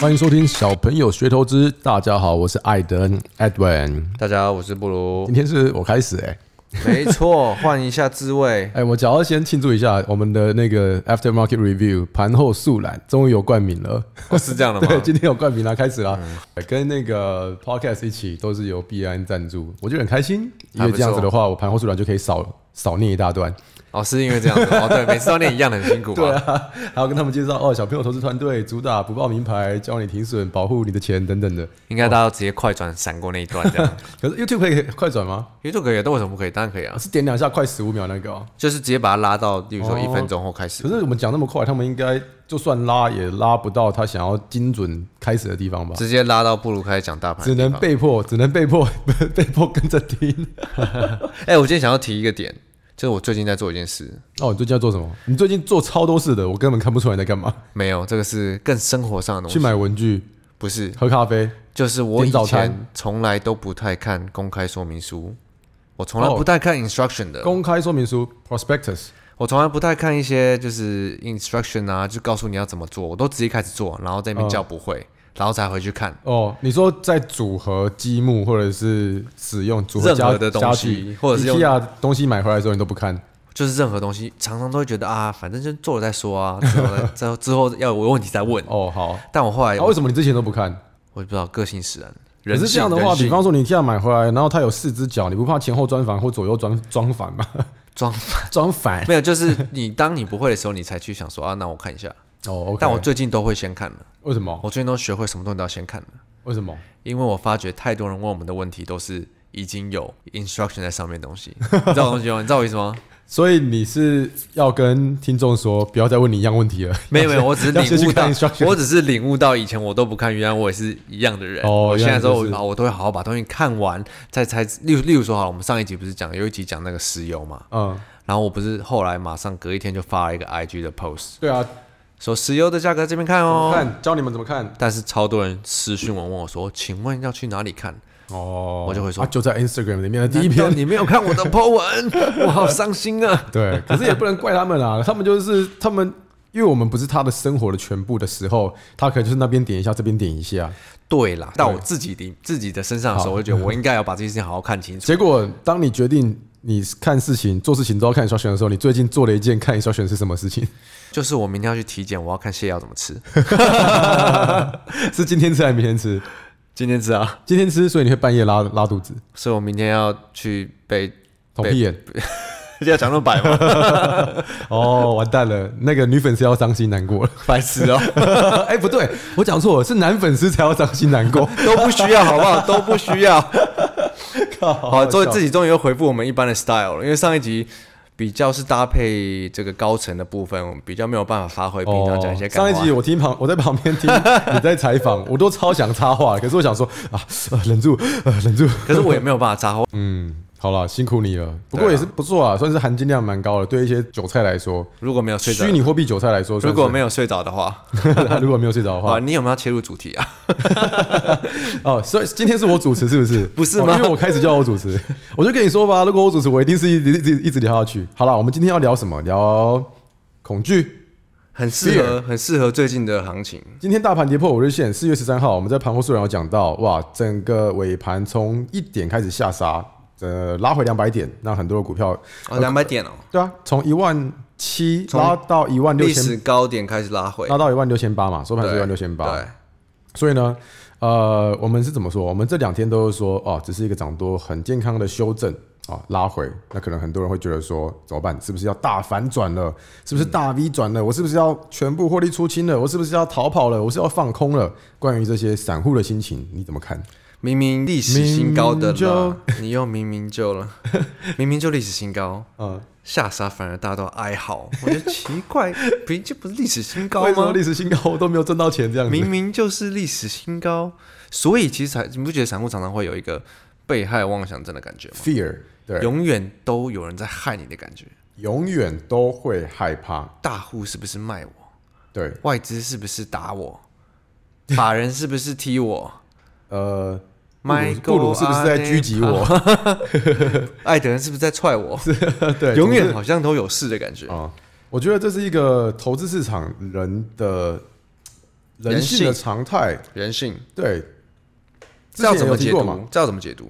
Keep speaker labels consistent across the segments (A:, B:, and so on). A: 欢迎收听小朋友学投资。大家好，我是艾登 Edwin。
B: 大家好，我是布鲁
A: 今。天是我开始哎、欸、
B: 没错，换一下滋味。
A: 哎、我想要先庆祝一下我们的那个 Aftermarket Review 盘后速览终于有冠名了。
B: 哦是这样的 吗
A: 对，今天有冠名啦，开始啦，跟那个 Podcast 一起都是由币安赞助，我觉得很开心，因为这样子的话，我盘后速览就可以少少念一大段。
B: 哦，是因为这样子。哦，对，每次都念一样的很辛苦
A: 对
B: 啊。
A: 啊， 还要跟他们介绍哦，小朋友投资团队主打不报名牌，教你停损，保护你的钱等等的。
B: 应该大家都直接快转闪过那一段这 样。
A: 可是 YouTube 可以快转吗？
B: 因为都可以，但为什么不可以？当然可以啊，
A: 是点两下快十五秒那个、哦。
B: 就是直接把它拉到，比如说
A: 哦
B: 一分钟后开始
A: 可。是我们讲那么快，他们应该就算拉也拉不到他想要精准开始的地方吧？
B: 直接拉到布鲁开始讲大盘
A: 只
B: 的地
A: 能
B: 方，
A: 被迫，只能被迫， 被迫跟着听。
B: 哎、我今天想要提一个点，就是我最近在做一件事，
A: 哦，你最近要做什么？你最近做超多事的，我根本看不出来你在干嘛。
B: 没有，这个是更生活上的东西，
A: 去买文具，
B: 不是，
A: 喝咖啡，
B: 就是我以
A: 点早
B: 前
A: 餐
B: 从来都不太看公开说明书，我从来
A: 哦
B: 不太看 instruction 的，
A: 公开说明书 （prospectus）。
B: 我从来不太看一些就是 instruction 啊，就告诉你要怎么做，我都直接开始做，然后在
A: 嗯
B: 那边叫不会，然后才回去看
A: 哦，你说在组合积木或者是使用组合
B: 任
A: 家
B: 何的东西
A: 家具
B: 或者是用
A: IKEA 东西买回来的时候你都不看，
B: 就是任何东西，常常都会觉得啊，反正就做了再说啊，之后再 之后之后要有问题再问。
A: 哦，好，
B: 但我后来
A: 那、为什么你之前都不看？
B: 我也不知道个性使然，
A: 可
B: 人
A: 是
B: 性
A: 这样的话，
B: 人性
A: 比方说你 IKEA 买回来，然后它有四只脚，你不怕前后钻反或左右钻装反 吗？
B: 装
A: 装反
B: 没有，就是你当你不会的时候，你才去想说啊，那我看一下。
A: 哦，OK，
B: 但我最近都会先看了，
A: 为什么？
B: 我最近都学会什么东西都要先看了，
A: 为什么？
B: 因为我发觉太多人问我们的问题都是已经有 instruction 在上面的东西，你知道我东西吗？你知道我意思吗？
A: 所以你是要跟听众说，不要再问你一样问题了。
B: 没有没有，我只是
A: 要先
B: 领
A: 去
B: 悟到
A: 看 instruction，
B: 我只是领悟到以前我都不看，原来我也是一样的人。
A: 哦
B: 我现在之
A: 原来如此
B: 后我都会好好把东西看完，再猜。例如例如说，好了，我们上一集不是讲有一集讲那个石油嘛，
A: 嗯，
B: 然后我不是后来马上隔一天就发了一个 IG 的 post，
A: 对啊，
B: 说石油的价格这边看哦。
A: 看教你们怎么看
B: 但是超多人私讯我问我说，请问要去哪里看？
A: 哦，
B: 我就会说
A: 啊就在 Instagram 里面的第一篇
B: 难道，你没有看我的 po 文，我 好伤心啊！
A: 对，可是也不能怪他们啦，他们就是他们，因为我们不是他的生活的全部的时候，他可能就是那边点一下，这边点一下。
B: 对啦，到我自己的自己的身上的时候，我就觉得我应该要把这件事情好好看清楚。
A: 结果当你决定你看事情、做事情都要看 instruction 的时候，你最近做了一件看 instruction 是什么事情？
B: 就是我明天要去体检，我要看泻药怎么吃。
A: 是今天吃还是明天吃？
B: 今天吃啊，
A: 今天吃，所以你会半夜拉拉肚子、
B: 所以我明天要去被
A: 捅屁眼。
B: 要讲那么白吗？
A: 哦，完蛋了，那个女粉丝要伤心难过了。
B: 白痴哦，
A: 哎、不对，我讲错了，是男粉丝才要伤心难过。
B: 都不需要好不好？ 都不需要。
A: 靠，
B: 哦好，终于自
A: 己
B: 己终于又回复我们一般的 style 了，因为上一集比较是搭配这个高层的部分，我们比较没有办法发挥，平常哦讲一些干话
A: 哦上一集我听旁我在旁边听你在采访，我都超想插话，可是我想说啊、呃忍住，呃，忍住。
B: 可是我也没有办法插 话。
A: 嗯，好了，辛苦你了。不过
B: 对啊
A: 也是不错啊，算是含金量蛮高的，对一些韭菜来说，
B: 如果没有睡着
A: 虚，拟货币韭菜来说，
B: 如果
A: 算
B: 没有睡着的话，
A: 是 如果没有睡着的
B: 啊，
A: 话，
B: 你有没有要切入主题啊？
A: 哦，所以今天是我主持是不是？
B: 不是吗
A: 哦因为我开始叫我主 持，我就跟你说吧，如果我主持，我一定是一直一直一直聊下去。好了，我们今天要聊什么？聊恐惧。
B: 很适 合，很适合最近的行情。
A: 今天大盘跌破五日线，四月十三号，我们在盘后虽然有讲到，哇，整个尾盘从一点开始下杀，呃，拉回两百点，让很多的股票，
B: 哦，两百点哦，
A: 对啊，从一万七
B: 从
A: 拉到一万六
B: 历
A: 千，
B: 史高点开始拉回，
A: 拉到一万六千八嘛，收盘是一万六千八，
B: 对，
A: 所以呢，呃，我们是怎么说？我们这两天都是说，哦，只是一个涨多很健康的修正啊、拉回。那可能很多人会觉得说，怎么办？是不是要大反转了？是不是大 V 转了？我是不是要全部获利出清了？我是不是要逃跑了？我是要放空了？关于这些散户的心情，你怎么看？
B: 明明历史新高的
A: 明明
B: 了，你又明明就 了，明明就历史新高，
A: 嗯，
B: 下杀反而大家都哀嚎，我觉得奇怪，明明就不是历史新高
A: 为什么
B: 吗？
A: 历史新高我都没有挣到钱这样子？
B: 明明就是历史新高，所以其实才你不觉得散户常常会有一个被害妄想症的感觉吗？
A: fear 对，
B: 永远都有人在害你的感觉，
A: 永远都会害怕。
B: 大户是不是卖我？
A: 对，
B: 外资是不是打我？法人是不是踢我？
A: 呃，布鲁布鲁是 不是在
B: Michael
A: 狙击我？
B: 艾德人是不是在踹 我？
A: 对，
B: 永
A: 总
B: 远
A: 之
B: 好像都有事的感觉。
A: 啊、我觉得这是一个投资市场人的人性的
B: 人性
A: 常态，
B: 人性，
A: 对，之
B: 这要
A: 前也
B: 怎
A: 有
B: 么解
A: 提过嘛
B: 读？？这要怎么解读？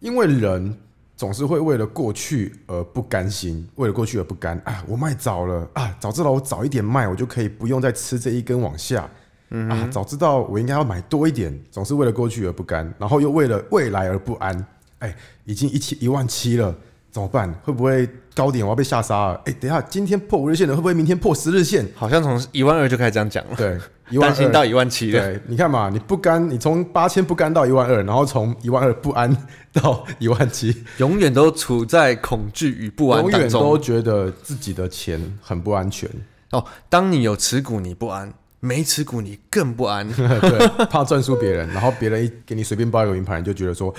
A: 因为人总是会为了过去而不甘心，为了过去而不甘啊！我卖早了啊，早知道我早一点卖，我就可以不用再吃这一根往下。嗯啊，早知道我应该要买多一点，总是为了过去而不甘，然后又为了未来而不安。哎、已经一七一万七了，怎么办？会不会高点我要被下杀了？哎、等一下，今天破五日线了，会不会明天破十日线？
B: 好像从一万二就开始这样讲了，
A: 对，一万
B: 担心
A: 二。
B: 到一万七了。
A: 对，你看嘛，你不甘，你从八千不甘到一万二，然后从一万二不安到一万七，
B: 永远都处在恐惧与不安
A: 永
B: 当
A: 远
B: 中
A: 都。觉得自己的钱很不安 全，
B: 哦，当你有持股，你不安；没持股，你更不 安。
A: 对，怕赚输别人，然后别人一给你随便报一个名牌，你就觉得说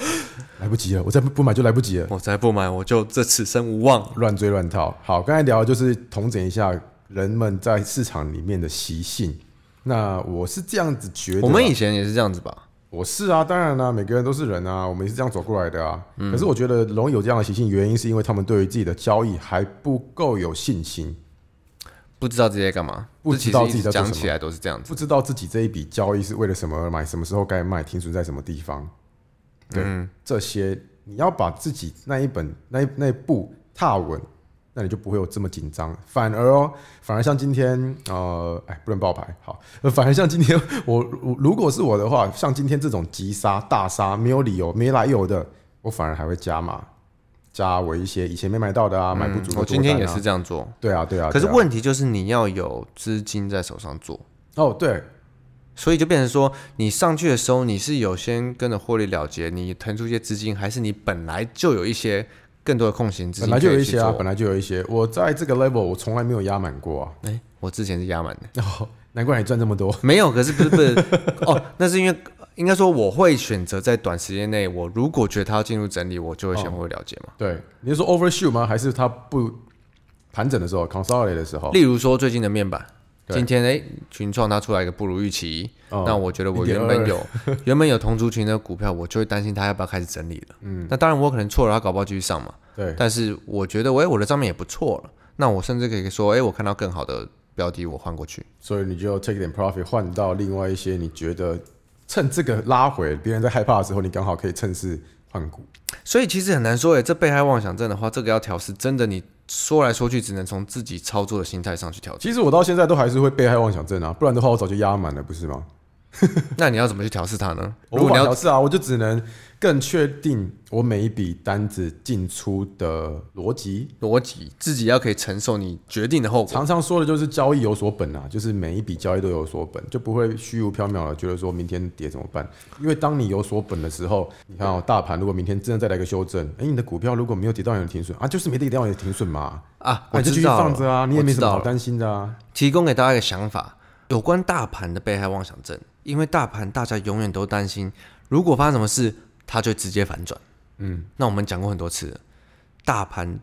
A: 来不及了，我再不不买就来不及了，
B: 我再不买，我就这此生无望。
A: 乱追乱套。好，刚才聊的就是统整一下人们在市场里面的习性。那我是这样子觉得啊，
B: 我们以前也是这样子吧？
A: 我是啊，当然啦、每个人都是人啊，我们也是这样走过来的啊。
B: 嗯
A: 可是我觉得容易有这样的习性，原因是因为他们对于自己的交易还不够有信心，
B: 不知道自己在干嘛，
A: 不知道
B: 这其实一
A: 自己在做
B: 直讲
A: 什
B: 起来都是这样子。
A: 不知道自己这一笔交易是为了什么而买，什么时候该卖，停损在什么地方。对，
B: 嗯
A: 这些你要把自己那一本那一那一步踏稳，那你就不会有这么紧张。反而哦，反而像今天呃，哎，不能爆牌，好，呃反而像今天 我我如果是我的话，像今天这种急杀大杀，没有理由没来由的，我反而还会加码，加我一些以前没买到的啊，买不足的、
B: 嗯我今天也是。这样做，
A: 对啊，对啊。
B: 可是
A: 对啊
B: 问题就是你要有资金在手上做，
A: 哦，对，
B: 所以就变成说，你上去的时候你是有先跟着获利了结，你腾出一些资金，还是你本来就有一些更多的空闲资金？
A: 本来就有一些啊，本
B: 来
A: 来就有一些。我在这个 level 我从来没有压满过啊，
B: 哎、我之前是压满的，
A: 哦，难怪你赚这么多。
B: 没有，可是不是不是哦， 那是因为应该说我会选择在短时间内，我如果觉得它要进入整理，我就会先会了解嘛。
A: 对，你是说 overshoot 吗？还是它不盘整的时候，consolidate 的时候？
B: 例如说最近的面板，
A: 哦对
B: 今天哎、群创它出来一个不如预期，
A: 哦
B: 那我觉得我原本有 原本有同族群的股票，我就会担心它要不要开始整理了。嗯，那当然我可能错了，它搞不好继续上嘛。
A: 对，
B: 但是我觉得哎、我的账面也不错了，那我甚至可以说哎、我看到更好的标的，我换过去。
A: 所以你就 take 点 profit 换到另外一些你觉得趁这个拉回，别人在害怕的时候，你刚好可以趁势换股。
B: 所以其实很难说哎、这被害妄想症的话，这个要调试，真的你说来说去只能从自己操作的心态上去 调整。
A: 其实我到现在都还是会被害妄想症啊，不然的话我早就压满了，不是吗？
B: 那你要怎么去调试它呢？如
A: 我无
B: 果你
A: 法
B: 要
A: 调试啊，我就只能更确定我每一笔单子进出的逻辑，
B: 逻辑自己要可以承受你决定的后果。
A: 常常说的就是交易有所本啊，就是每一笔交易都有所本，就不会虚无缥缈的觉得说明天跌怎么办？因为当你有所本的时候，你看哦，大盘如果明天真的再来一个修正，哎，你的股票如果没有跌到你的停损啊，就是没跌到你的停损嘛，
B: 啊，
A: 那
B: 我
A: 你就继
B: 知
A: 续
B: 道了
A: 放着啊，你也
B: 我
A: 没
B: 知
A: 什么
B: 道
A: 好
B: 了
A: 担心的啊。
B: 提供给大家一个想法，有关大盘的被害妄想症，因为大盘大家永远都担心，如果发生什么事，它就直接反转。嗯，那我们讲过很多次了，大盘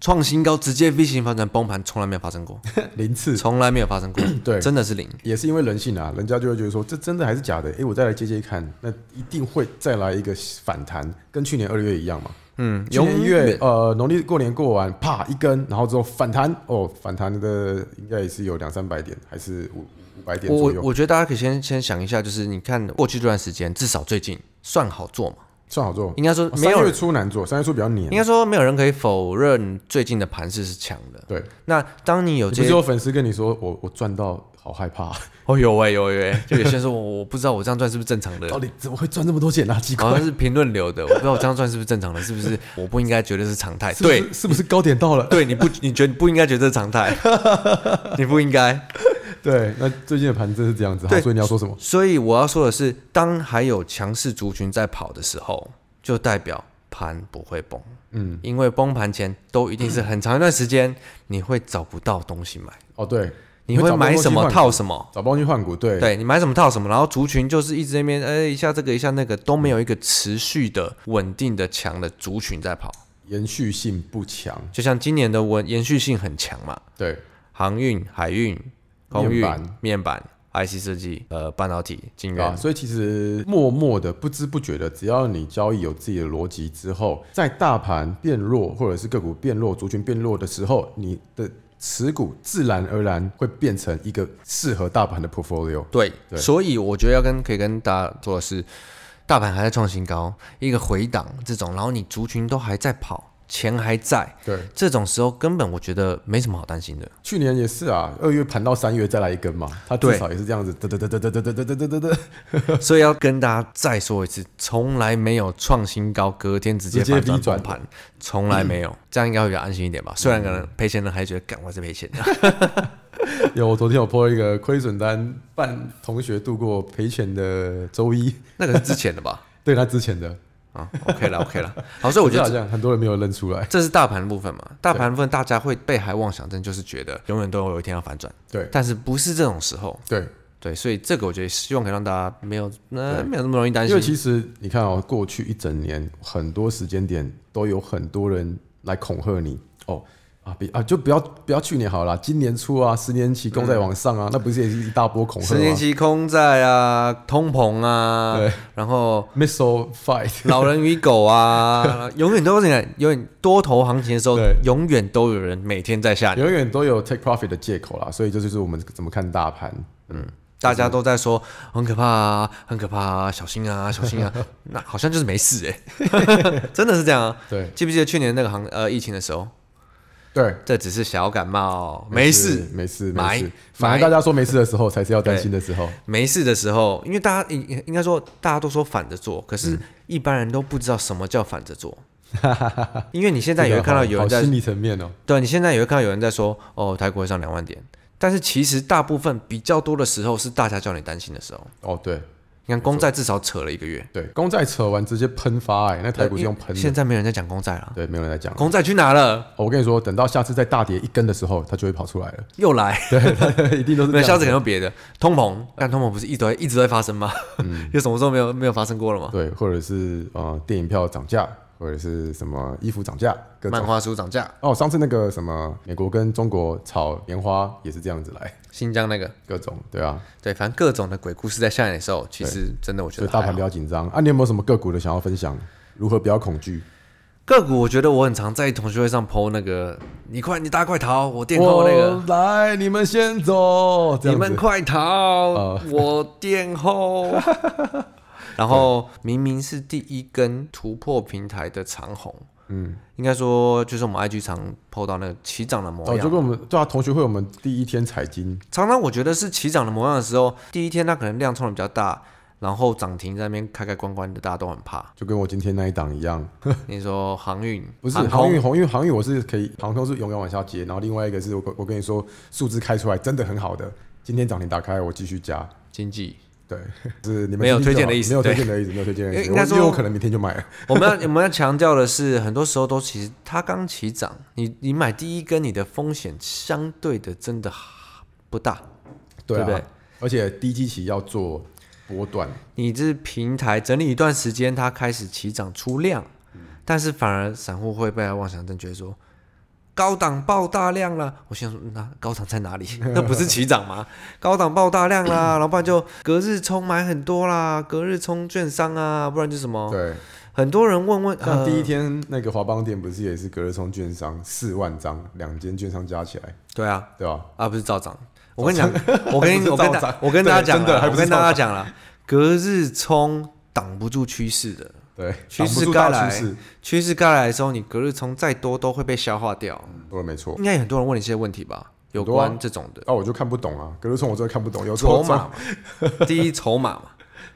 B: 创新高直接 V 型反转崩盘，从来没有发 生过，
A: 零次
B: 从来没有发生过，
A: 对
B: 真的是零。
A: 也是因为人性啊，人家就会觉得说这真的还是假的？哎，我再来接接看，那一定会再来一个反弹，跟去年二月一样嘛。
B: 嗯，
A: 去年
B: 永
A: 一月
B: 远
A: 呃农历过年过完，啪一根，然后之后反弹哦，反弹的应该也是有两三百点，还是五五百点
B: 我
A: 左
B: 我
A: 右，
B: 我觉得大家可以先先想一下，就是你看过去这段时间，至少最近算好做嘛，
A: 算好做。
B: 应该说
A: 哦
B: 没有
A: 三
B: 人
A: 月初难做，三月初比较黏
B: 应。该说没有人可以否认最近的盘势是强的。
A: 对，
B: 那当你有
A: 不
B: 这
A: 是
B: 些
A: 有粉丝跟你说我我赚到，好害怕，
B: 哦，有哎、有哎、有哎、就有些人说我我不知道我这样赚是不是正常的
A: 到，底怎么会赚这么多钱啊？奇
B: 好
A: 怪，
B: 像是评论流的，我不知道我这样赚是不是正常的，是不是我不应该觉得是常态？
A: 是不是
B: 对，
A: 是不是高点到了？
B: 对，你不你觉得你不应该觉得这是常态，你不应该。
A: 对，那最近的盘真是这样子，好
B: 对
A: 所以你要说什么？
B: 所以我要说的是，当还有强势族群在跑的时候，就代表盘不会崩。嗯，因为崩盘前都一定是很长一段时间，你会找不到东西买，
A: 哦，对，
B: 你会
A: 找不到
B: 买
A: 东西
B: 什么
A: 换股
B: 套什么。
A: 找不到去换股，对，
B: 对你买什么套什么，然后族群就是一直那边，哎、一下这个一下那个，都没有一个持续的稳定的强的族群在跑。
A: 延续性不强，
B: 就像今年的文延续性很强嘛，
A: 对，
B: 航运、海运、空
A: 面
B: 运
A: 板、
B: 面板、IC 设计、呃半导体、晶圆、
A: 啊，所以其实默默的、不知不觉的，只要你交易有自己的逻辑之后，在大盘变弱或者是个股变弱、族群变弱的时候，你的持股自然而然会变成一个适合大盘的 portfolio。
B: 对，
A: 对
B: 所以我觉得要跟可以跟大家说的是，大盘还在创新高，一个回档这种，然后你族群都还在跑，钱还在，
A: 对，
B: 这种时候根本我觉得没什么好担心的。
A: 去年也是啊，二月盘到三月再来一根嘛，它至
B: 对
A: 少也是这样子，得得得得得得得得得得 得，
B: 所以要跟大家再说一次，从来没有创新高隔天直接
A: 直接
B: 反转
A: V 转嗯
B: 崩盘，从来没有，这样应该会比较安心一点吧。虽然可能赔钱人还觉得，干我还是赔钱的，
A: 有，我昨天有破一个亏损单，伴同学度过赔钱的周一，
B: 那个是之前的吧？
A: 对他之前的，
B: 啊，OK 了，OK 了。好，所以我觉
A: 可是
B: 得
A: 好像很多人没有认出来。
B: 这是大盘的部分嘛？大盘部分大家会被害妄想症，就是觉得永远都有一天要反转，
A: 对
B: 但是不是这种时候？
A: 对，
B: 对，所以这个我觉得希望可以让大家没有呃没有那么容易担
A: 因为
B: 心。
A: 其实你看哦，过去一整年很多时间点都有很多人来恐吓你哦啊，比啊就不要不要去年好了啦，今年初啊，十年期公债往上啊，那不是也是一大波恐吓
B: 十年
A: 吗
B: 期空债啊，通膨啊
A: 对，
B: 然后
A: ？Missile fight，
B: 老人与 狗啊，永远都是你永远多头行情的时候
A: 对，
B: 永远都有人每天在下你，
A: 永远都有 take profit 的借口啦，所以这就是我们怎么看大盘。嗯，
B: 大家都在说很可怕啊，很可怕啊，小心啊，小心 啊，那好像就是没事哎、真的是这样啊。
A: 对
B: 记不记得去年那个行呃疫情的时候，
A: 对，
B: 这只是小感冒，没事
A: 没事没
B: 买
A: 事，反而
B: 买
A: 大家说没事的时候，才是要担心的时候。
B: 没事的时候，因为大家应应该说大家都说反着做，可
A: 嗯
B: 是一般人都不知道什么叫反着 做，因为你现在也会看到
A: 这
B: 有人
A: 个好
B: 在
A: 好心理层面哦、
B: 对，啊你现在也会看到有人在说，哦，台股会上两万点，但是其实大部分比较多的时候是大家叫你担心的时候。
A: 哦，对
B: 你看公债至少扯了一个月，
A: 对，公债扯完直接喷发哎、那台股是用喷
B: 呃因为
A: 的
B: 现，在没有人在讲公债了，
A: 对，没有人在讲。
B: 公债去 哪了？
A: 哦我跟你说，等到下次再大跌一根的时候，它就会跑出来了。
B: 又来，
A: 对，一定都是这
B: 那
A: 样
B: 下次
A: 子
B: 可能有别的通膨，但通膨不是一直在一直在发生吗？
A: 嗯
B: 有什么时候没有没有发生过了吗？
A: 对，或者是呃电影票涨价，或者是什么衣服涨价，各
B: 漫
A: 种。
B: 画书涨价，
A: 哦，上次那个什么美国跟中国炒棉花也是这样子 来，
B: 新疆那个，
A: 各种对啊，
B: 对，反正各种的鬼故事在下演的时候，其实真的我觉
A: 所
B: 得
A: 以大
B: 还
A: 盘
B: 好
A: 不要紧张啊。你有没有什么个股的想要分享？如何不要恐惧？
B: 个股，我觉得我很常在同学会上 PO 那个，你快你大家快逃，我垫后那个。
A: 我哦来，你们先走，这样子哦
B: 你们快逃！我垫后。 然后明明是第一根突破平台的长红，嗯，应该说就是我们 IG 常 PO 到那个起涨的模
A: 哦，就
B: 样。
A: 跟我们对啊，同学会我们第一天采金，。
B: 常常我觉得是起涨的模样的时候，第一天它可能量冲的比较大，然后涨停在那边开开关关的，大家都很怕
A: 就跟我今天那一档一样，
B: 你说航运
A: 不是
B: 航
A: 航
B: 空
A: 运，航运，航运我是可以，航空是永远往下接，然后另外一个是我我跟你说，数字开出来真的很好的，今天涨停打开我继续加。
B: 经济，
A: 对， 是你们
B: 没有
A: 自己
B: 推荐的
A: 就好
B: 意思
A: 没有推
B: 对
A: 荐的意思，没有推荐的意思。
B: 应该
A: 我因为
B: 说
A: 我可能明天就买了。
B: 我们要 我们要强调的是，很多时候都其实它刚起涨，你你买第一根，你的风险相对的真的不大。
A: 对
B: 对不
A: 啊
B: 对，
A: 而且低基期要做波段，
B: 你这平台整理一段时间，它开始起涨出量，但是反而散户会被它妄想症觉得说高档爆大量了。我心想说，那高档在哪 里？那不是起涨吗？高档爆大量啦，老板就隔日冲买很多啦，隔日冲券商啊，不然就什么。
A: 对，
B: 很多人问问，
A: 像
B: 呃
A: 第一天那个华邦店不是也是隔日冲券商四万张，两间券商加起来，
B: 对啊，
A: 对吧？
B: 啊，不是照涨。我跟你讲，我跟你我
A: 还不是
B: 跟
A: 照
B: 大
A: 涨
B: 我跟大家
A: 对
B: 讲
A: 真的
B: 了，
A: 还
B: 我
A: 不是
B: 跟大
A: 照
B: 家讲了，隔日冲挡不住趋势的，
A: 对，
B: 趋
A: 挡
B: 势
A: 不住
B: 该
A: 大
B: 来
A: 趋势，
B: 趋势该来的时候，你隔日冲再多都会被消化掉。
A: 说的没错。
B: 应该有很多人问你一些问题吧，有
A: 嗯很多啊
B: 关这种的
A: 啊，我就看不懂啊，隔日冲我真的看不懂，有时候
B: 筹 码嘛，第一筹码嘛，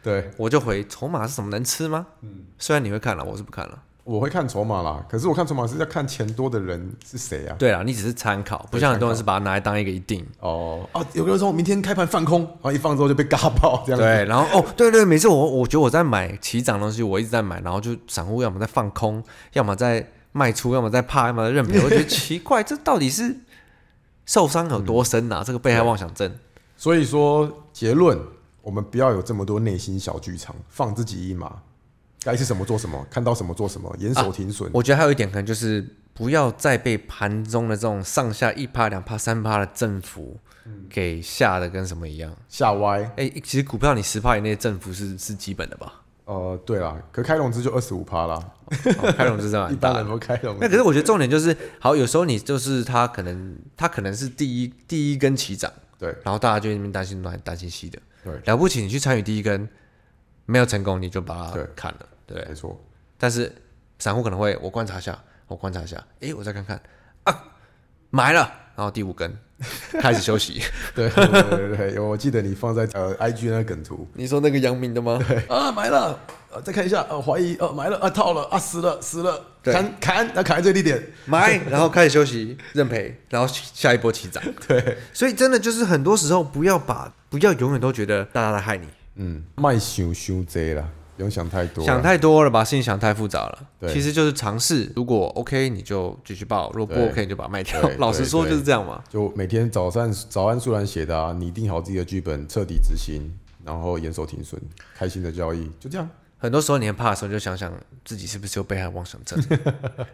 A: 对，
B: 我就回筹码是什么能吃吗？
A: 嗯
B: 虽然你会看了，我是不看了。
A: 我会看筹码啦，可是我看筹码是要看钱多的人是谁啊。
B: 对啊，你只是参考，不
A: 对
B: 像很多人是把它拿来当一个一定。
A: 哦哦，有人说明天开盘放空，然后一放之后就被嘎爆这样子。
B: 对，然后哦，对对，每次我我觉得我在买起涨的东西，我一直在买，然后就散户要么在放空，要么在卖出，要么在怕，要么在认赔。我觉得奇怪，这到底是受伤有多深啊？这个被害妄想症。
A: 所以说结论，我们不要有这么多内心小剧场，放自己一马，该是什么做什么，看到什么做什么，严守停损。
B: 我觉得还有一点可能就是不要再被盘中的这种上下一趴、两趴、三趴的振幅给吓得跟什么一样。
A: 下歪
B: 哎、其实股票你十趴以内的振幅是是基本的吧？
A: 呃，对啦，可开笼资就二十五趴啦，
B: 哦开融资这样
A: 一般人都开笼
B: 那可是我觉得重点就是，好，有时候你就是他可能他可能是第一第一根起涨，
A: 对
B: 然后大家就在那边担心东担心西的，
A: 对，
B: 了不起你去参与第一根没有成功，你就把它
A: 对
B: 砍了，对。
A: 没错，
B: 但是散户可能会我观察一下，我观察一下，诶，我再看看啊，买了，然后第五根 开始休息。
A: 对对对对对，有我记得你放在呃 IG 那个梗图，
B: 你说那个杨明的吗？
A: 啊买了，呃再看一下，呃怀疑，呃买了，啊套了，啊死了死了，
B: 对
A: 砍砍，那砍在最低点，
B: 买，然后开始休息认赔，然后下一波起 涨。
A: 对，
B: 所以真的就是很多时候不要把不要永远都觉得大家在害你，
A: 嗯，卖想修贼啦，不用想太多啦，
B: 想太多了，把事情想太复杂了。
A: 对
B: 其实就是尝试，如果 OK 你就继续报，如果不
A: 对
B: OK 你就把它卖掉
A: 对。
B: 老实
A: 对
B: 说
A: 对
B: 就是这样嘛。
A: 就每天早上早安素然写的啊，拟定好自己的剧本，彻底执行，然后严守停损，开心的交易，就这样。
B: 很多时候你很怕的时候，就想想自己是不是有被害妄想 症。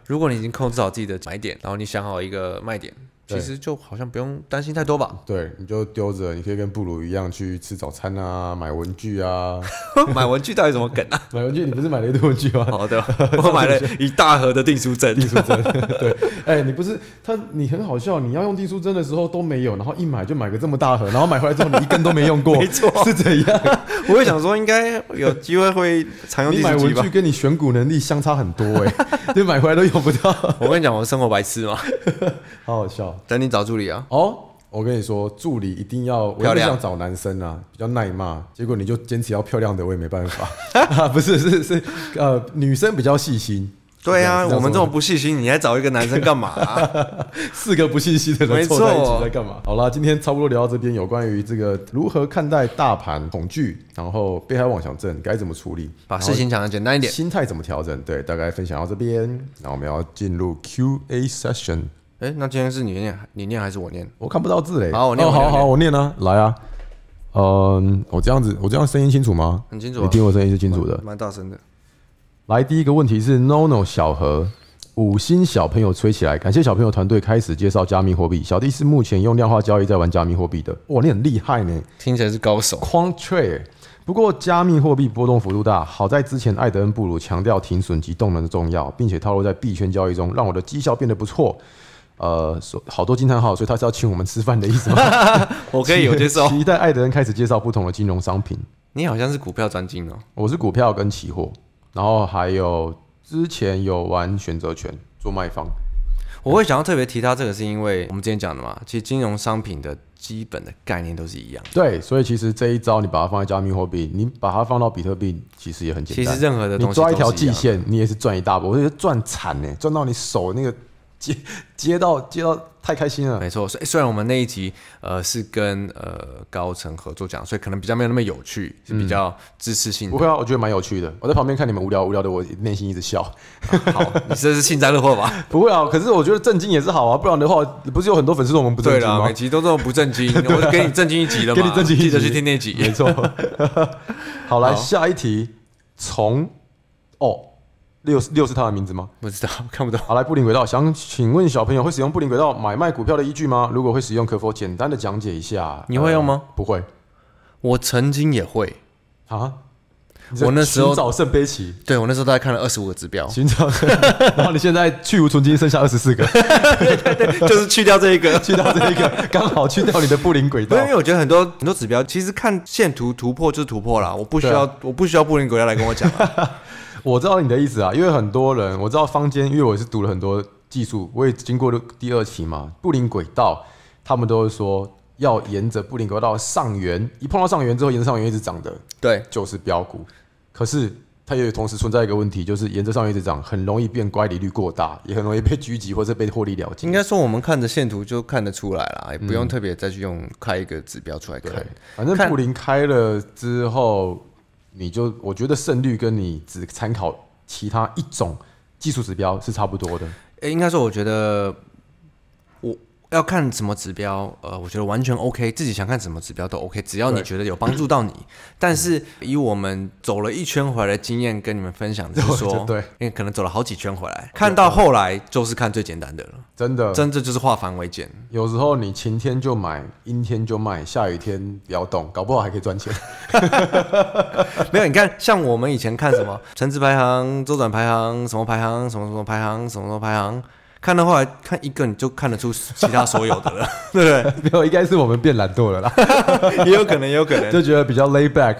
B: 如果你已经控制好自己的买点，然后你想好一个卖点，其
A: 对
B: 实就好像不用担心太多吧。
A: 对，你就丢着，你可以跟布鲁一样去吃早餐啊，买文具 啊，
B: 买文具到底什么梗 啊？哦
A: 买文具，你不是买了一堆文具吗？
B: 好的， 我买了一大盒的订书针。
A: 哎、你不是他，你很好笑，你要用订书针的时候都没有，然后一买就买个这么大盒，然后买回来之后你一根都没用过，
B: 没错
A: 是怎样？
B: 我也想说，应该有机会会常 用
A: 你
B: 订
A: 买
B: 书机
A: 文
B: 吧
A: 具。跟你选股能力相差很多哎、你买回来都用不到，
B: 我跟你讲，我生活白痴嘛，
A: 好好笑。
B: 等你找助理啊。
A: 哦，我跟你说，助理一定要，我
B: 漂
A: 也
B: 亮
A: 想找男生啊，比较耐骂。结果你就坚持要漂亮的，我也没办法。 啊、不是，是是，呃，女生比较细心。
B: 对啊，
A: 是这样
B: 我们这种不细心，你还找一个男生干嘛啊？
A: 四个不信息的
B: 没
A: 人
B: 错
A: 凑在一起在干嘛？好啦，今天差不多聊到这边，有关于这个如何看待大盘恐惧，然后被害妄想症该怎么处理，
B: 把事情想的简单一 点。
A: 心态怎么调整，对，大概分享到这边，然后我们要进入 Q A session。
B: 哎，那今天是你念，你念还是我念？
A: 我看不到字嘞。
B: 好我念
A: 哦
B: 我念
A: 好好，
B: 我
A: 我念啊，来啊。嗯，我这样子，我这样声音清楚吗？
B: 很清楚啊
A: 你听我声音是清楚的。
B: 蛮大声的。
A: 来，第一个问题是 NONO 小何，五星小朋友吹起来，感谢小朋友团队开始介绍加密货币。小弟是目前用量化交易在玩加密货币的，哇，你很厉害呢。
B: 听起来是高手。
A: Quant Trade。不过，加密货币波动幅度大，好在之前艾德恩布鲁强调停损及动能的重要，并且套入在币圈交易中，让我的绩效变得不错。呃，所好多惊叹号，所以他是要请我们吃饭的意思吗？
B: 我可以有接受。
A: 期待艾德恩开始介绍不同的金融商品。
B: 你好像是股票专精哦。
A: 我是股票跟期货，然后还有之前有玩选择权做卖方。
B: 我会想要特别提到这个，是因为我们之前讲的嘛，其实金融商品的基本的概念都是一样。
A: 对，所以其实这一招你把它放在加密货币，你把它放到比特币，其实也很简
B: 其
A: 单。
B: 实任何的东
A: 你
B: 西啊
A: 抓一条
B: 都是
A: 季
B: 样
A: 线，你也是赚一大波，我觉得赚惨呢，赚到你手那个接 接到接到太开心了。
B: 没错，所以虽然我们那一集呃是跟呃高层合作讲，所以可能比较没有那么有趣，是
A: 嗯
B: 比较知识性
A: 不
B: 的。
A: 会啊，我觉得蛮有趣的。我在旁边看你们无聊无聊的，我内心一直笑。
B: 好，你这是幸灾乐祸吧？
A: 不会啊，可是我觉得震惊也是好啊，不然的话，不是有很多粉丝说 我们不震
B: 对
A: 惊
B: 啦，
A: 吗
B: 每？集都这么不正 经，我就给你正经一集了嘛，
A: 给你震惊一集
B: 记得去听那
A: 没
B: 集。
A: 错。好，来
B: 好
A: 下一题，从哦六六是他的名字吗？
B: 不知道看不懂，
A: 好，来布林轨道，想请问小朋友会使用布林轨道买卖股票的依据吗？如果会使用，可否简单的讲解一下？
B: 你会用吗
A: 呃不会
B: 我曾经也会，
A: 啊。你在
B: 我那时候
A: 寻找圣杯棋，，
B: 对我那时候大概看了二十五个指 标
A: 寻找圣， 然后你现在去无存金，剩下二十四个，
B: 就是去掉这一个。
A: 去到这一个刚好去掉你的布林轨
B: 不
A: 道
B: 是，因。为我觉得很多很多指标，其实看线图突破就是突破啦，我不需要、我不需要布林国家来跟我讲 啊。
A: 我知道你的意思啊，因为很多人我知道坊间，因为我也是读了很多技术，我也经过了第二期嘛，布林轨道，他们都会说要沿着布林轨道上缘，一碰到上缘之后，沿着上缘一直涨的
B: 对，
A: 就是标股。可是它也有同时存在一个问题，就是沿着上缘一直涨，很容易变乖离率过大，也很容易被狙击或者被获利了结
B: 应。该说我们看着线图就看得出来啦，也不用特别再去用开一个指标出来看。
A: 对，反正布林开了之后，你就我觉得胜率跟你只参考其他一种技术指标是差不多的。
B: 诶，应该说，我觉得我要看什么指标，呃，我觉得完全 OK，自己想看什么指标都 OK，只要你觉得有帮助到你。但是以我们走了一圈回来的经验跟你们分享，就是 说，
A: 对对，
B: 因为可能走了好几圈回来，看到后来就是看最简单的了，
A: 真的，
B: 真的就是化繁为简。
A: 有时候你晴天就买，阴天就卖，下雨天不要动，搞不好还可以赚钱。
B: 没有，你看，像我们以前看什么城市排行、周转排行、什么排行、什么什么排行、什么什么排行，看到后来看一个你就看得出其他所有的了， 对不
A: 没有，应该是我们变懒惰了啦，
B: 对？也有可能，也有可能，
A: 就觉得比较 lay back。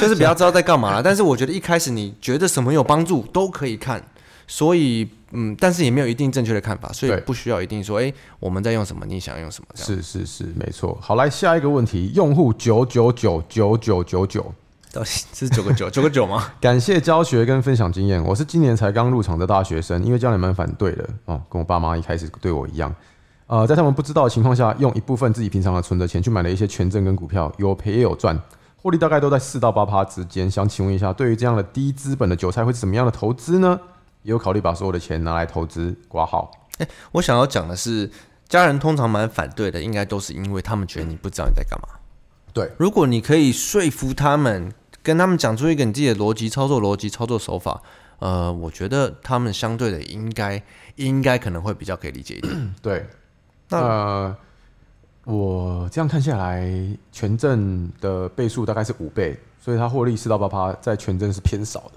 B: 就是比较知道在干嘛啦。但是我觉得一开始你觉得什么有帮助都可以看，所以嗯，但是也没有一定正确的看法，所以
A: 对
B: 不需要一定说，哎、我们在用什么，你想用什么这
A: 是
B: 样。
A: 是是，没错。好，来下一个问题，用户九九九九九九九。
B: 到底是九个九，九个九吗？
A: 感谢教学跟分享经验。我是今年才刚入场的大学生，因为教练蛮反对的哦，跟我爸妈一开始对我一样。呃，在他们不知道的情况下，用一部分自己平常的存的钱去买了一些权证跟股票，有赔也有赚，获利大概都在四到八趴之间。想请问一下，对于这样的低资本的韭菜会是怎么样的投资呢？也有考虑把所有的钱拿来投资，挂号。
B: 我想要讲的是，家人通常蛮反对的，应该都是因为他们觉得你不知道你在干嘛。
A: 对，
B: 如果你可以说服他们，跟他们讲出一个你自己的逻辑、操作逻辑、操作手法，呃，我觉得他们相对的应该应该可能会比较可以理解一点。
A: 对，
B: 那
A: 那、呃、我这样看下来，权证的倍数大概是五倍，所以它获利四到八趴，在权证是偏少的。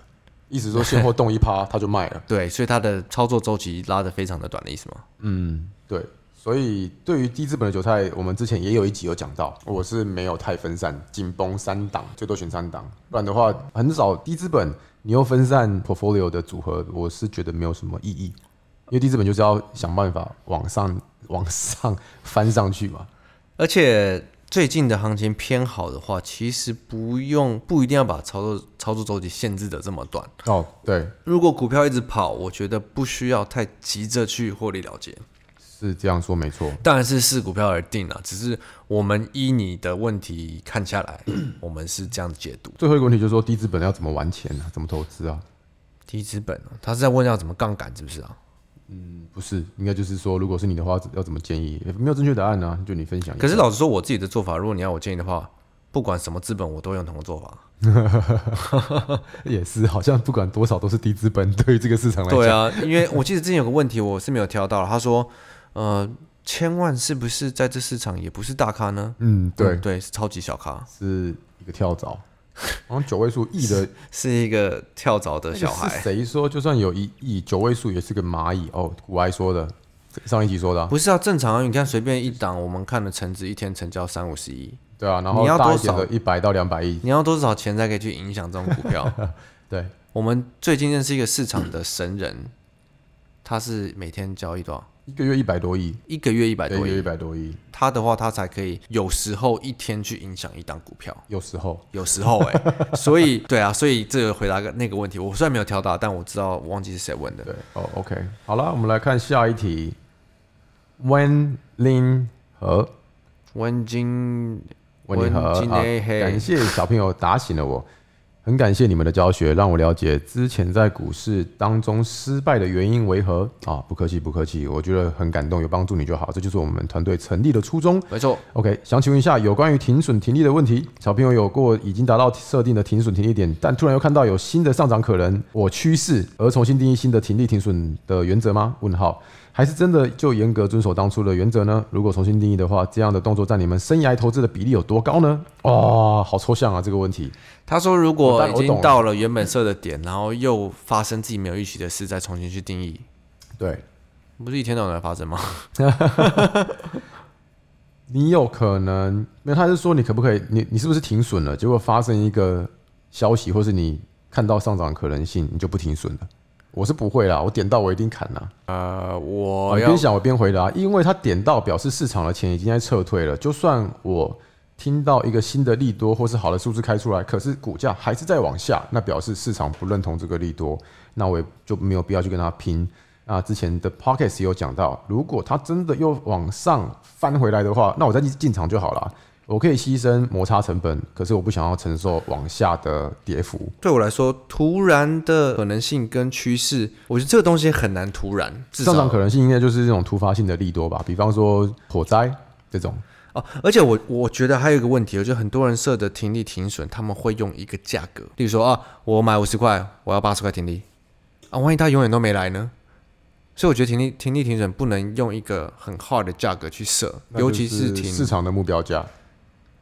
A: 意思说现货动一趴，它就卖 了。
B: 对，所以它的操作周期拉得非常的短的意思吗？
A: 嗯，对。所以对于低资本的韭菜，我们之前也有一集有讲到，我是没有太分散，紧绷三档，最多选三档，不然的话很少低资本，你又分散 portfolio 的组合，我是觉得没有什么意义，因为低资本就是要想办法往上往上翻上去嘛。
B: 而且最近的行情偏好的话，其实不用不一定要把操作操作周期限制的这么短。
A: 哦，对，
B: 如果股票一直跑，我觉得不需要太急着去获利了结。
A: 是这样说没错。
B: 当然是视股票而定了，只是我们依你的问题看下 来，我们是这样解读。
A: 最后一个问题就是说，低资本要怎么玩钱啊？怎么投资啊？
B: 低资本哦，他是在问要怎么杠杆，是不是啊？
A: 嗯不是，应该就是说，如果是你的话，要怎么建议？没有正确答案啊，就你分享一下。
B: 可是老实说，我自己的做法，如果你要我建议的话，不管什么资本，我都用同个做法。
A: 也是，好像不管多少都是低资本，对于这个市场来讲，
B: 对啊， 因为我记得之前有个问题，我是没有挑到，他说，呃，千万是不是在这市场也不是大咖呢？
A: 嗯，对，
B: 嗯对，是超级小咖，
A: 是一个跳蚤，好像九位数亿的
B: 是一个跳蚤的 小
A: 是
B: 孩。
A: 谁说就算有一亿，九位数也是个蚂蚁哦？古埃说的，上一集说的啊、
B: 不是啊，正常啊，你看随便一档，我们看的成值一天成交三五十亿，
A: 对啊，然
B: 你
A: 后
B: 要
A: 大一
B: 多
A: 点
B: 少
A: 的一百到两百亿，
B: 你要多少钱才可以去影响这种股票？
A: 对，
B: 我们最近认识一个市场的神人，他是每天交易多少？
A: 一个月一百多亿，
B: 一个月一百
A: 对，一
B: 多
A: 个月一
B: 亿。
A: 百多亿，
B: 他的话，他才可以有时候一天去影响一档股票。
A: 有时候。
B: 有时候哎、 所以对啊，所以这个回答个那个问题，我虽然没有挑到，但我知道我忘记是谁问的。
A: 对，哦，OK，好了，我们来看下一题。温林和
B: 温金
A: 温林和
B: 温金
A: 啊，
B: 内黑
A: 感谢小朋友打醒了我，很感谢你们的教学，让我了解之前在股市当中失败的原因为何啊！不客气，不客气，我觉得很感动，有帮助你就好，这就是我们团队成立的初衷。
B: 没错，
A: OK，想请问一下有关于停损停利的问题。小朋友有过已经达到设定的停损停利点，但突然又看到有新的上涨可能，我趋势而重新定义新的停利停损的原则吗？问号，还是真的就严格遵守当初的原则呢？如果重新定义的话，这样的动作在你们生涯投资的比例有多高呢？哦，好抽象啊这个问题。
B: 他说如
A: 我
B: 果
A: 当
B: 已
A: 我懂
B: 经
A: 了
B: 到了原本设的点，然后又发生自己没有预期的事，再重新去定义，
A: 对
B: 不是一天到晚发生吗？
A: 你有可能，没有，他是说你可不可以，你你是不是停损了？结果发生一个消息，或是你看到上涨的可能性，你就不停损了。我是不会啦，我点到我一定砍啦。
B: 呃，
A: 我
B: 我要
A: 边想我边回答，因为他点到表示市场的钱已经在撤退了，就算我听到一个新的利多或是好的数字开出来，可是股价还是在往下，那表示市场不认同这个利多，那我也就没有必要去跟他拼。那之前的 p o c k e t 也有讲到，如果它真的又往上翻回来的话，那我再进进场就好了。我可以牺牲摩擦成本，可是我不想要承受往下的跌幅。
B: 对我来说，突然的可能性跟趋势，我觉得这个东西很难突然。至
A: 上涨
B: 少
A: 可能性应该就是这种突发性的利多吧，比方说火灾这种。
B: 哦，而且我我觉得还有一个问题，我觉得很多人设的停利停损，他们会用一个价格，例如说啊，我买五十块，我要八十块停利，啊，万一他永远都没来呢？所以我觉得停利停利停损不能用一个很 hard 的价格去设，
A: 那就
B: 尤其是停
A: 市场的目标价，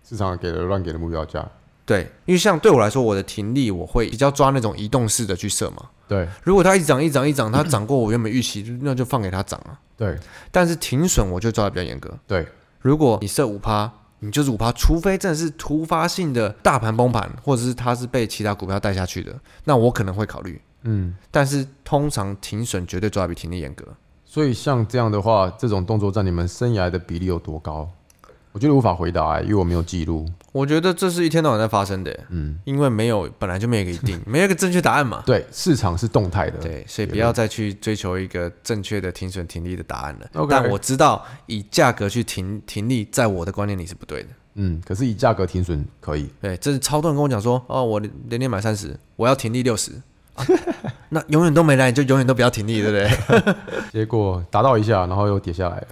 A: 市场给的乱给的目标价，
B: 对，因为像对我来说，我的停利我会比较抓那种移动式的去设嘛。
A: 对
B: 如果它一涨一涨一涨，它涨过我原本预期，那就放给它涨啊。
A: 对
B: 但是停损我就抓的比较严格，
A: 对，
B: 如果你设五趴，你就是五趴，除非真的是突发性的大盘崩盘，或者是它是被其他股票带下去的，那我可能会考虑。
A: 嗯，
B: 但是通常停损绝对抓得比停利严格。
A: 所以像这样的话，这种动作在你们生涯的比例有多高？我觉得无法回答、欸，因为我没有记录。
B: 我觉得这是一天到晚在发生的，嗯，因为没有本来就没有一个一定，没有一个正确答案嘛。
A: 对，市场是动态的，
B: 对，所以不要再去追求一个正确的停损停利的答案了。
A: OK
B: 但我知道以价格去停停利，在我的观念里是不对的。
A: 嗯，可是以价格停损可以，
B: 对，这是超多人跟我讲说，哦，我连连连买三十，我要停利六十、啊 那永远都没来，你就永远都不要停利，对不 对？
A: 结果达到一下，然后又跌下来了。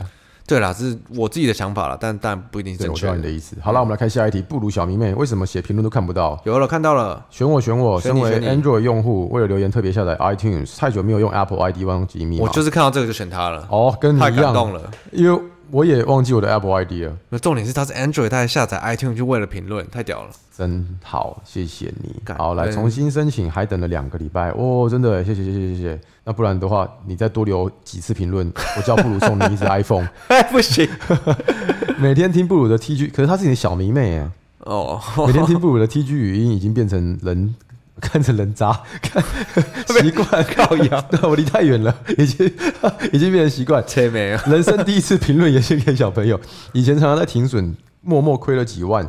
B: 对啦，这是我自己的想法了，但但不一定是
A: 对，
B: 正
A: 我知
B: 确
A: 道你
B: 的。
A: 的意思。好了，我们来看下一题。不如小迷妹为什么写评论都看不到？
B: 有了，看到了，
A: 选我选我，
B: 选
A: 身
B: 你
A: 为
B: 选你
A: Android 用户，为了留言特别下载 iTunes，太久没有用 Apple ID 忘记密码。
B: 我就是看到这个就选它了，
A: 哦，跟你
B: 太
A: 一
B: 感动
A: 样，
B: 了。
A: 因为我也忘记我的 Apple ID 了，
B: 那重点是它是 Android，它还下载 iTunes 就为了评论，太屌了。
A: 真好，谢谢你。
B: 感
A: 好，来
B: 恩
A: 重新申请，还等了两个礼拜，哦，真的耶，谢谢谢谢谢谢。那不然的话，你再多留几次评论，我叫布鲁送 你一只 iPhone，
B: 哎，不行
A: 每天听布鲁的 TG，可是她是你的小迷妹耶，
B: 哦，
A: 每天听布鲁的 TG 语音已经变成人。 看成人 渣，看 习惯
B: 靠腰，
A: 对我离太远了，已经 已经变成习惯。
B: 切没有。
A: 人生第一次评论也献给小朋友。以前常常在停损，默默亏了几万，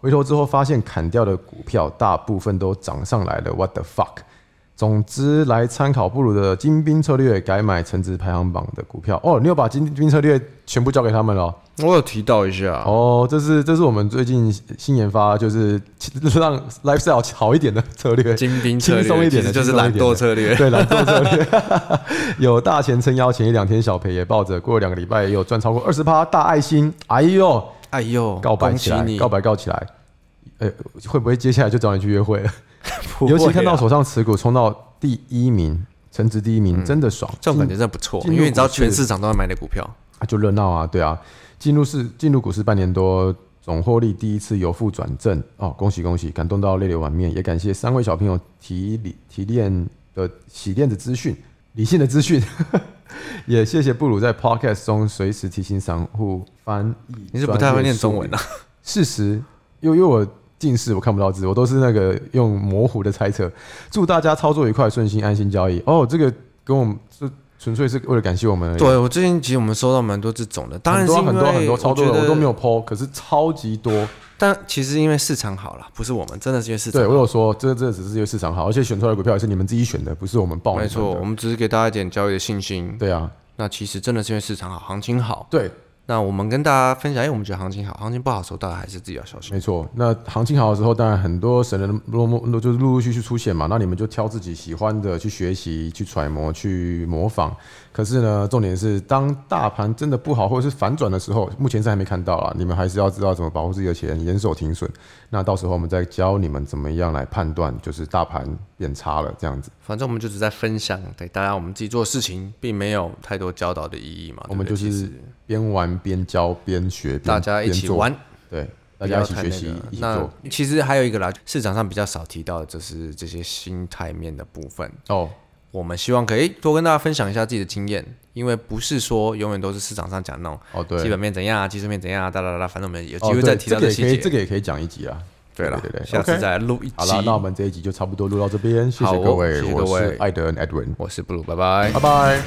A: 回头之后发现砍掉的股票大部分都涨上来了。What the fuck！总之，来参考布鲁的精兵策略，改买成值排行榜的股票。哦，你有把精兵策略全部交给他们了哦。
B: 我有提到一下，
A: 哦，这是这是我们最近新研发，就是让 lifestyle 好一点的策略。
B: 精兵策略
A: 轻松一点的
B: 其实就是
A: 轻松一
B: 懒
A: 点的
B: 惰策略。
A: 对，懒惰策略。 有大钱撑腰，前一两天小赔也抱着，过了两个礼拜也有赚超过二十趴，大爱心。哎呦，
B: 哎呦，
A: 告白
B: 恭
A: 起
B: 喜
A: 来，
B: 你！
A: 告白告起来。哎、会不会接下来就找你去约会了？
B: 不会
A: 尤
B: 啊
A: 其看到手上持股冲到第一名，成值第一名，真的爽，
B: 嗯这种感觉真的不错，
A: 进
B: 因
A: 入
B: 为你知道
A: 股市
B: 全市场都在买你的股票。
A: 啊就热闹啊，对啊。进入市进入股市半年多，总获利第一次由负转正哦，恭喜恭喜，感动到泪流满面，也感谢三位小朋友提理提炼的洗练的资讯，理性的资讯。 也谢谢布鲁在 Podcast 中随时提醒散户翻译。
B: 你是不太会念中文啊？
A: 事实，因为因为我近视，我看不到字，我都是那个用模糊的猜测。祝大家操作愉快，顺心安心交易。哦，这个跟我们这纯粹是为了感谢我们而已。
B: 对，我最近其实我们收到蛮多这种的，当然
A: 很
B: 是
A: 多
B: 因为
A: 很多很多超多
B: 我
A: 的，
B: 觉
A: 我
B: 得
A: 都没有 PO，可是超级多。
B: 但其实因为市场好了，不是我们，真的是因为市场
A: 对。我有说，这这只是因为市场好，而且选出来的股票也是你们自己选的，不是我们报你
B: 没
A: 们的。
B: 错，我们只是给大家一点交易的信心。
A: 对啊，
B: 那其实真的是因为市场好，行情好。
A: 对，
B: 那我们跟大家分享，因为我们觉得行情好，行情不好的时候，大家还是自己要小心。
A: 没错。那行情好的时候，当然很多神人落幕，就是陆陆续续出现嘛。那你们就挑自己喜欢的去学习、去揣摩、去模仿。可是呢，重点是当大盘真的不好或者是反转的时候，目前是还没看到啦。你们还是要知道怎么保护自己的钱，严守停损。那到时候我们再教你们怎么样来判断，就是大盘变差了这样子。
B: 反正我们就只在分享给大家我们自己做的事情，并没有太多教导的意义嘛。
A: 我们
B: 对不
A: 就
B: 对其实
A: 是边玩边教边学，边
B: 大家一起
A: 边做，
B: 玩，
A: 对，大
B: 不
A: 家
B: 要
A: 一起
B: 太
A: 学
B: 那
A: 习，
B: 个
A: 一起
B: 那
A: 做。
B: 其实还有一个啦，市场上比较少提到的就是这些心态面的部分。
A: 哦，
B: 我们希望可以多跟大家分享一下自己的经验，因为不是说永远都是市场上讲那种
A: 哦，对，
B: 基本面怎样啊、技术面怎样啊，哒哒哒哒，反正我们有
A: 哦
B: 机会
A: 对
B: 再提到
A: 这个也
B: 细
A: 可以，这
B: 节。
A: 个也可以讲一集啊。
B: 对了
A: 对对，对
B: 下次
A: OK
B: 再录一
A: 好了，那我
B: 集。
A: 们这一集就差不多录到这边，谢
B: 好
A: 谢
B: 哦
A: 各位，
B: 谢谢各
A: 我是
B: 位
A: 艾德 Edwin，
B: 我是布鲁，拜拜
A: 拜。拜。